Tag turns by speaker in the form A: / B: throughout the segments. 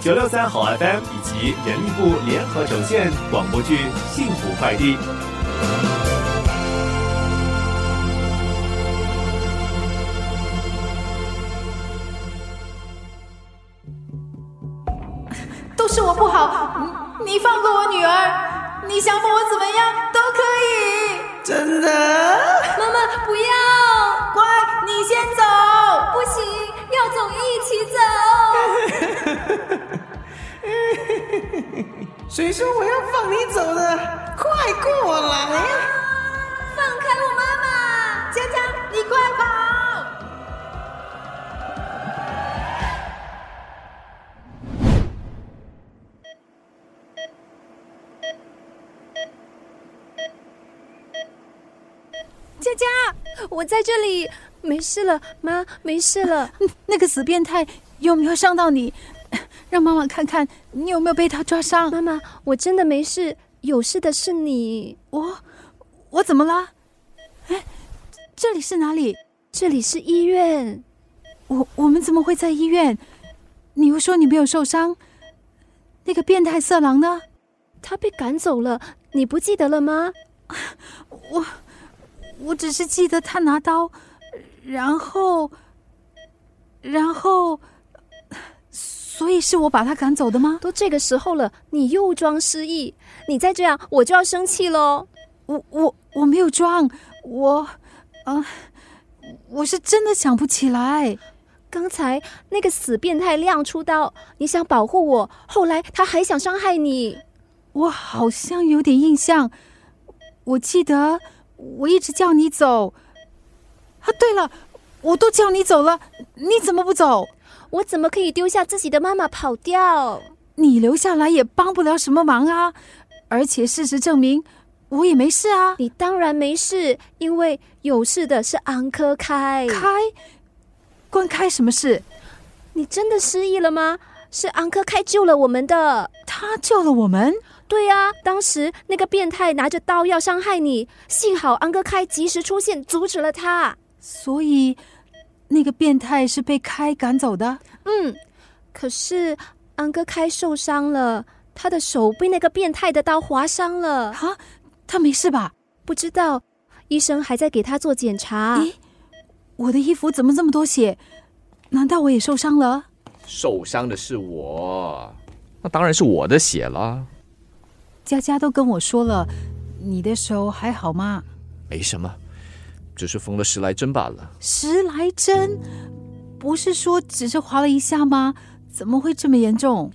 A: 九六三好 FM 以及人力部联合呈现广播剧《幸福快递》。
B: 都是我不好，你你放过我女儿，你想把我怎么样都可以。
C: 真的？
B: 妈妈不要，乖，你先走。
D: 不行，要走一起 走。
C: 谁说我要放你走的？快过来呀！
D: 放开我妈妈！
B: 佳佳，你快跑！
D: 佳佳，我在这里，没事了，妈，没事了。
E: 嗯那个死变态有没有伤到你？ 让妈妈看看你有没有被他抓伤。
D: 妈妈，我真的没事，有事的是你。
E: 我我怎么了？哎，这这里是哪里？
D: 这里是医院，
E: 我我们怎么会在医院？你又说你没有受伤，那个变态色狼呢？
D: 他被赶走了，你不记得了吗？
E: 我我只是记得他拿刀，然后然后，所以是我把他赶走的吗？
D: 都这个时候了，你又装失忆，你再这样我就要生气喽。
E: 我我我没有装，我啊、呃我是真的想不起来。
D: 刚才那个死变态亮出刀，你想保护我，后来他还想伤害你。
E: 我好像有点印象，我记得我一直叫你走。啊，对了，我都叫你走了，你怎么不走？
D: 我怎么可以丢下自己的妈妈跑掉？
E: 你留下来也帮不了什么忙啊！而且事实证明，我也没事啊。
D: 你当然没事，因为有事的是昂科开。
E: 开，关开什么事？
D: 你真的失忆了吗？是昂科开救了我们的。
E: 他救了我们，
D: 对呀、当时那个变态拿着刀要伤害你，幸好安哥开及时出现阻止了他。
E: 所以那个变态是被开赶走的。
D: 嗯，可是安哥开受伤了，他的手被那个变态的刀划伤了，
E: 啊，他没事吧？
D: 不知道医生还在给他做检查。
E: 咦，我的衣服怎么这么多血？难道我也受伤了？
F: 受伤的是我，那当然是我的血了。
E: 佳佳都跟我说了，你的手还好吗？
F: 没什么，只是缝了十来针罢了。
E: 十来针，不是说只是划了一下吗？怎么会这么严重？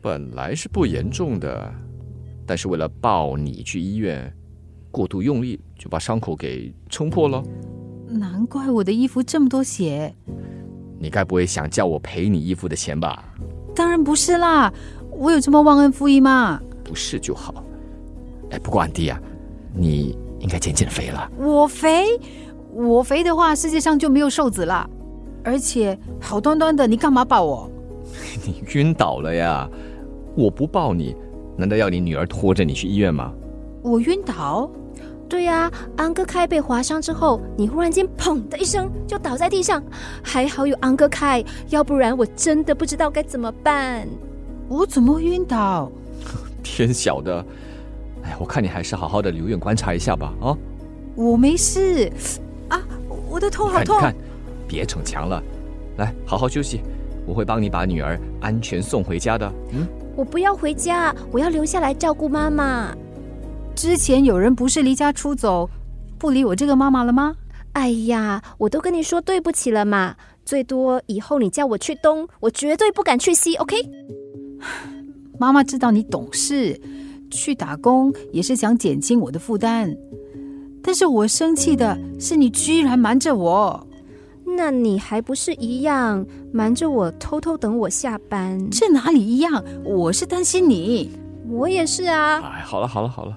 F: 本来是不严重的，但是为了抱你去医院，过度用力就把伤口给撑破了。
E: 难怪我的衣服这么多血。
F: 你该不会想叫我赔你衣服的钱吧？
E: 当然不是啦，我有这么忘恩负义吗？
F: 不是就好。哎，不过安迪啊，你应该减减肥了。
E: 我肥，我肥的话，世界上就没有瘦子啦。而且好端端的，你干嘛抱我？
F: 你晕倒了呀！我不抱你，难道要你女儿拖着你去医院吗？
E: 我晕倒？
D: 对呀、安哥开被划伤之后，你忽然间砰的一声就倒在地上，还好有安哥开，要不然我真的不知道该怎么办。
E: 我怎么会晕倒？
F: 天晓得！哎，我看你还是好好的留院观察一下吧。啊，
E: 我没事。啊，我的头
F: 你
E: 好
F: 看，你
E: 痛！啊
F: 看，别逞强了，来，好好休息。我会帮你把女儿安全送回家的。嗯，
D: 我不要回家，我要留下来照顾妈妈。
E: 之前有人不是离家出走，不理我这个妈妈了吗？
D: 哎呀，我都跟你说对不起了嘛，最多以后你叫我去东，我绝对不敢去西，OK？
E: 妈妈知道你懂事，去打工也是想减轻我的负担。但是我生气的是你居然瞒着我，
D: 那你还不是一样瞒着我，偷偷等我下班？
E: 这哪里一样？我是担心你。
D: 我也是啊，
F: 哎，好了好了好了，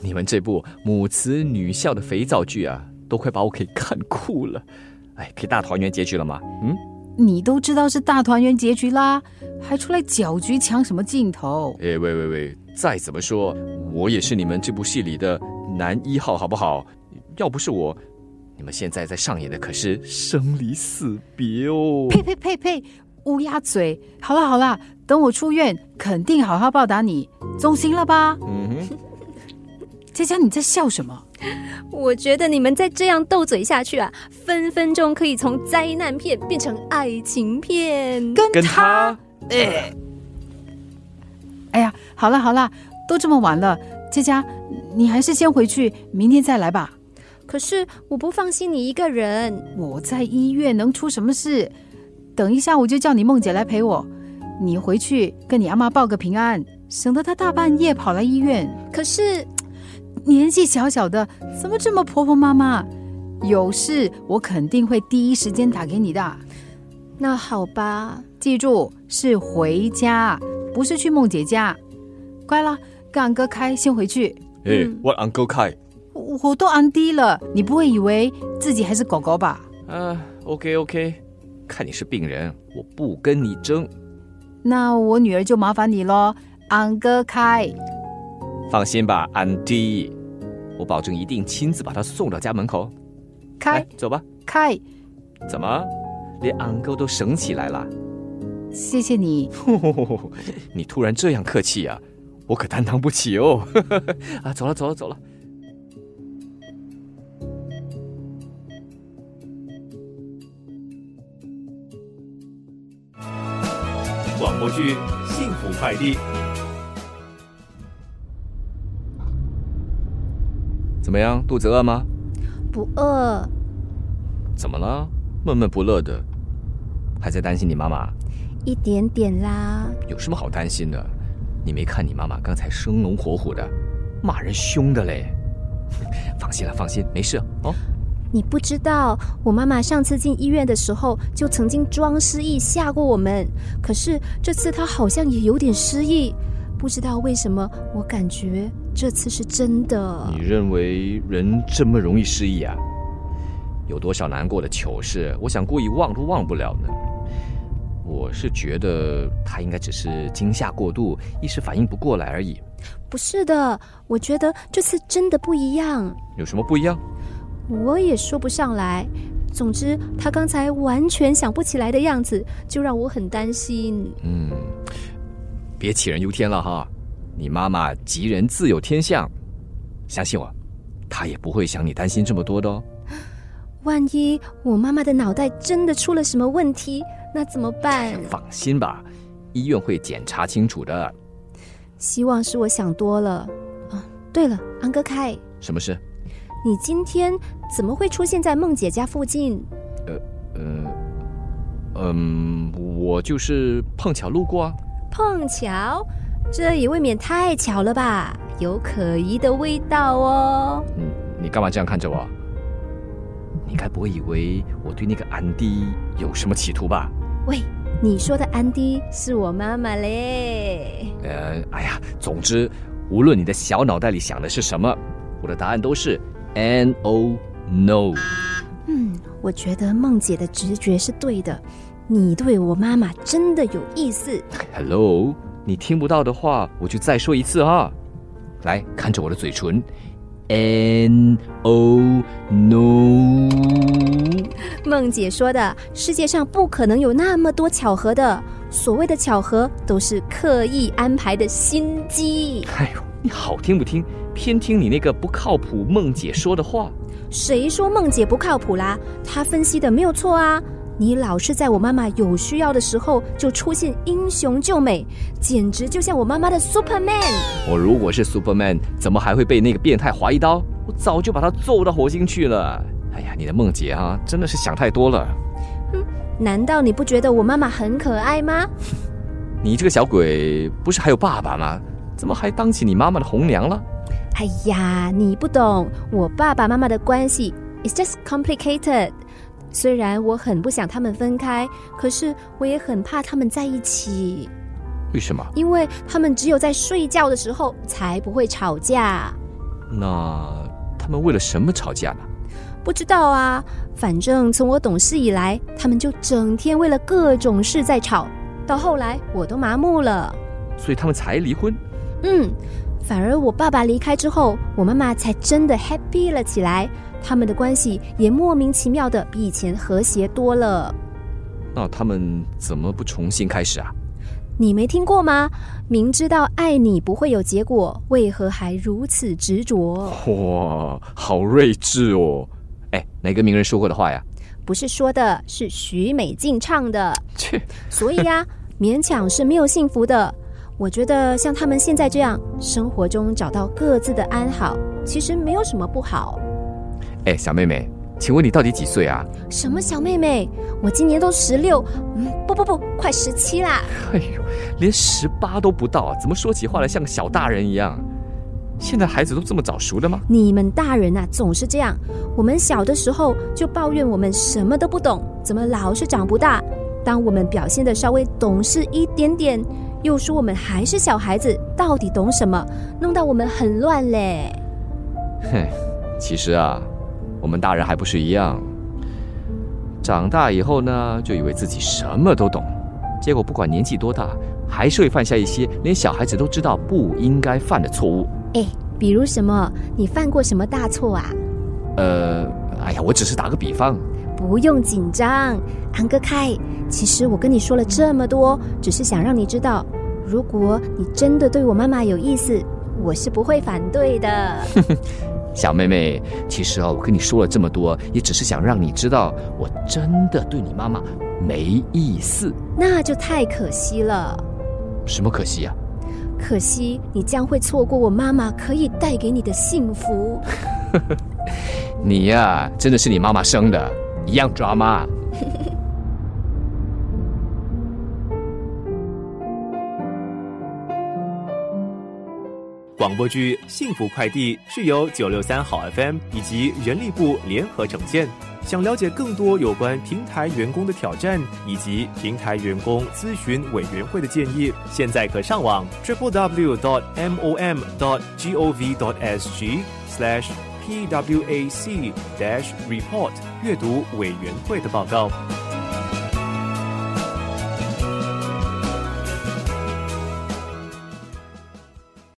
F: 你们这部母慈女孝的肥皂剧啊，都快把我给看哭了。哎，可以大团圆结局了吗？嗯，
E: 你都知道是大团圆结局啦，还出来搅局抢什么镜头？
F: 哎，喂喂喂，再怎么说，我也是你们这部戏里的男一号，好不好？要不是我，你们现在在上演的可是生离死别哦。
E: 呸呸呸呸！乌鸦嘴。好了好了，等我出院，肯定好好报答你，总行了吧？
F: 嗯哼，
E: 佳佳，你在笑什么？
D: 我觉得你们再这样斗嘴下去啊，分分钟可以从灾难片变成爱情片。
E: 跟
F: 跟
E: 他
F: 他？
E: 哎呀，好了好了，都这么晚了，佳佳，你还是先回去，明天再来吧。
D: 可是我不放心你一个人，
E: 我在医院能出什么事？等一下我就叫你梦姐来陪我，你回去跟你阿妈报个平安，省得她大半夜跑来医院。
D: 可是
E: 年纪小小的，怎么这么婆婆妈妈？有事我肯定会第一时间打给你的。
D: 那好吧，
E: 记住，是回家，不是去梦姐家。乖了，跟俺哥开先回去。
F: 哎
D: 嗯
F: ，What Uncle Kai？
E: 我我都安低了，你不会以为自己还是狗狗吧？
F: 啊，OK OK，看你是病人，我不跟你争。
E: 那我女儿就麻烦你喽，俺哥开。
F: 放心吧，安迪，我保证一定亲自把她送到家门口。来
E: 开，
F: 走吧。
E: 开，
F: 怎么，连 uncle 都省起来 了？
E: 谢谢你。
F: 你突然这样客气啊，我可担当不起哦。 啊，走了走了走了。
A: 广播剧《幸福快递》。
F: 怎么样，肚子饿吗？
D: 不饿，
F: 怎么了？闷闷不乐的，还在担心你妈妈？
D: 一点点啦。
F: 有什么好担心的？你没看你妈妈刚才生龙活虎的，骂人凶的嘞。 放心了，放心，没事哦。
D: 你不知道，我妈妈上次进医院的时候就曾经装失忆吓过我们，可是这次她好像也有点失忆，不知道为什么，我感觉这次是真的。
F: 你认为人这么容易失忆啊？有多少难过的糗事，我想故意忘都忘不了呢？我是觉得他应该只是惊吓过度，一时反应不过来而已。
D: 不是的，我觉得这次真的不一样，
F: 有什么不一样？
D: 我也说不上来。总之，她刚才完全想不起来的样子，就让我很担心。
F: 嗯，别杞人忧天了哈。你妈妈吉人自有天相，相信我，她也不会想你担心这么多的哦。
D: 万一我妈妈的脑袋真的出了什么问题，那怎么办？
F: 放心吧，医院会检查清楚的。
D: 希望是我想多了啊。对了，安哥开，
F: 什么事？
D: 你今天怎么会出现在梦姐家附近？
F: 嗯，嗯，我就是碰巧路过啊。
D: 碰巧，这也未免太巧了吧？有可疑的味道哦。
F: 嗯，你干嘛这样看着我？你该不会以为我对那个安迪有什么企图吧？
D: 喂，你说的安迪是我妈妈嘞。
F: 呃，哎呀，总之，无论你的小脑袋里想的是什么，我的答案都是 N O No。
D: 嗯，我觉得梦姐的直觉是对的，你对我妈妈真的有意思。
F: Hello，你听不到的话，我就再说一次哈。来看着我的嘴唇，N O No。
D: 梦姐说的，世界上不可能有那么多巧合的。所谓的巧合，都是刻意安排的心机。
F: 哎呦，你好听不听，偏听你那个不靠谱梦姐说的话。
D: 谁说梦姐不靠谱啦？她分析的没有错啊。你老是在我妈妈有需要的时候就出现英雄救美，简直就像我妈妈的 Superman。
F: 我如果是 Superman，怎么还会被那个变态划一刀？我早就把他揍到火星去了。哎呀，你的梦姐啊，真的是想太多了。
D: 难道你不觉得我妈妈很可爱吗？
F: 你这个小鬼，不是还有爸爸吗？怎么还当起你妈妈的红娘了？
D: 哎呀，你不懂，我爸爸妈妈的关系，it's just complicated。虽然我很不想他们分开，可是我也很怕他们在一起，
F: 为什么？
D: 因为他们只有在睡觉的时候才不会吵架。
F: 那他们为了什么吵架呢？
D: 不知道啊，反正从我懂事以来，他们就整天为了各种事在吵，到后来我都麻木了。
F: 所以他们才离婚。
D: 嗯，反而我爸爸离开之后，我妈妈才真的 happy 了起来，他们的关系也莫名其妙的比以前和谐多了。
F: 那他们怎么不重新开始啊？
D: 你没听过吗？明知道爱你不会有结果，为何还如此执着？
F: 哇，好睿智哦！哎，哪个名人说过的话呀？
D: 不是说的，是许美静唱的。
F: 切，
D: 所以呀、勉强是没有幸福的。我觉得像他们现在这样，生活中找到各自的安好，其实没有什么不好。
F: 哎，小妹妹，请问你到底几岁啊？
D: 什么小妹妹，我今年都十六，嗯，不不不，快十七啦。
F: 哎呦，连十八都不到，啊怎么说起话来像个小大人一样？现在孩子都这么早熟的吗？
D: 你们大人啊，总是这样。我们小的时候就抱怨我们什么都不懂，怎么老是长不大。当我们表现的稍微懂事一点点，又说我们还是小孩子，到底懂什么？弄到我们很乱嘞。
F: 哼，其实啊，我们大人还不是一样。长大以后呢，就以为自己什么都懂，结果不管年纪多大，还是会犯下一些连小孩子都知道不应该犯的错误。
D: 哎，比如什么？你犯过什么大错啊？
F: 呃，哎呀，我只是打个比方。
D: 不用紧张，安哥开。其实我跟你说了这么多，只是想让你知道，如果你真的对我妈妈有意思，我是不会反对的。
F: 小妹妹，其实啊，我跟你说了这么多，也只是想让你知道，我真的对你妈妈没意思。
D: 那就太可惜了。
F: 什么可惜啊？
D: 可惜你将会错过我妈妈可以带给你的幸福。
F: 你呀、真的是你妈妈生的，一样抓妈。
A: 广播剧《幸福快递》是由九六三好 FM 以及人力部联合呈现。想了解更多有关平台员工的挑战以及平台员工咨询委员会的建议，现在可上网 triple w dot m o m dot g o v dot s g slash p w a c dash report 阅读委员会的报告。